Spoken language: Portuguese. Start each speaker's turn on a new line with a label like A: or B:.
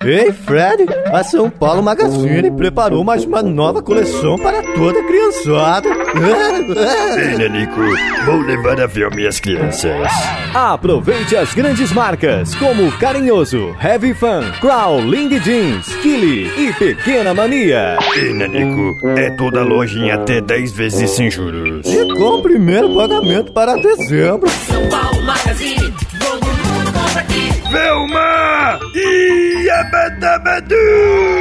A: Hey Fred, a São Paulo Magazine preparou mais uma nova coleção para toda a criançada.
B: Ei, Nanico, vou levar a ver minhas crianças.
A: Aproveite as grandes marcas como Carinhoso, Heavy Fan, Crow, Ling Jeans, Kili e Pequena Mania.
B: Ei, Nanico, é toda loja em até 10 vezes sem juros.
A: E com o primeiro pagamento para dezembro.
C: São Paulo Magazine, todo mundo compra aqui.
B: Velma! E Abadabadu!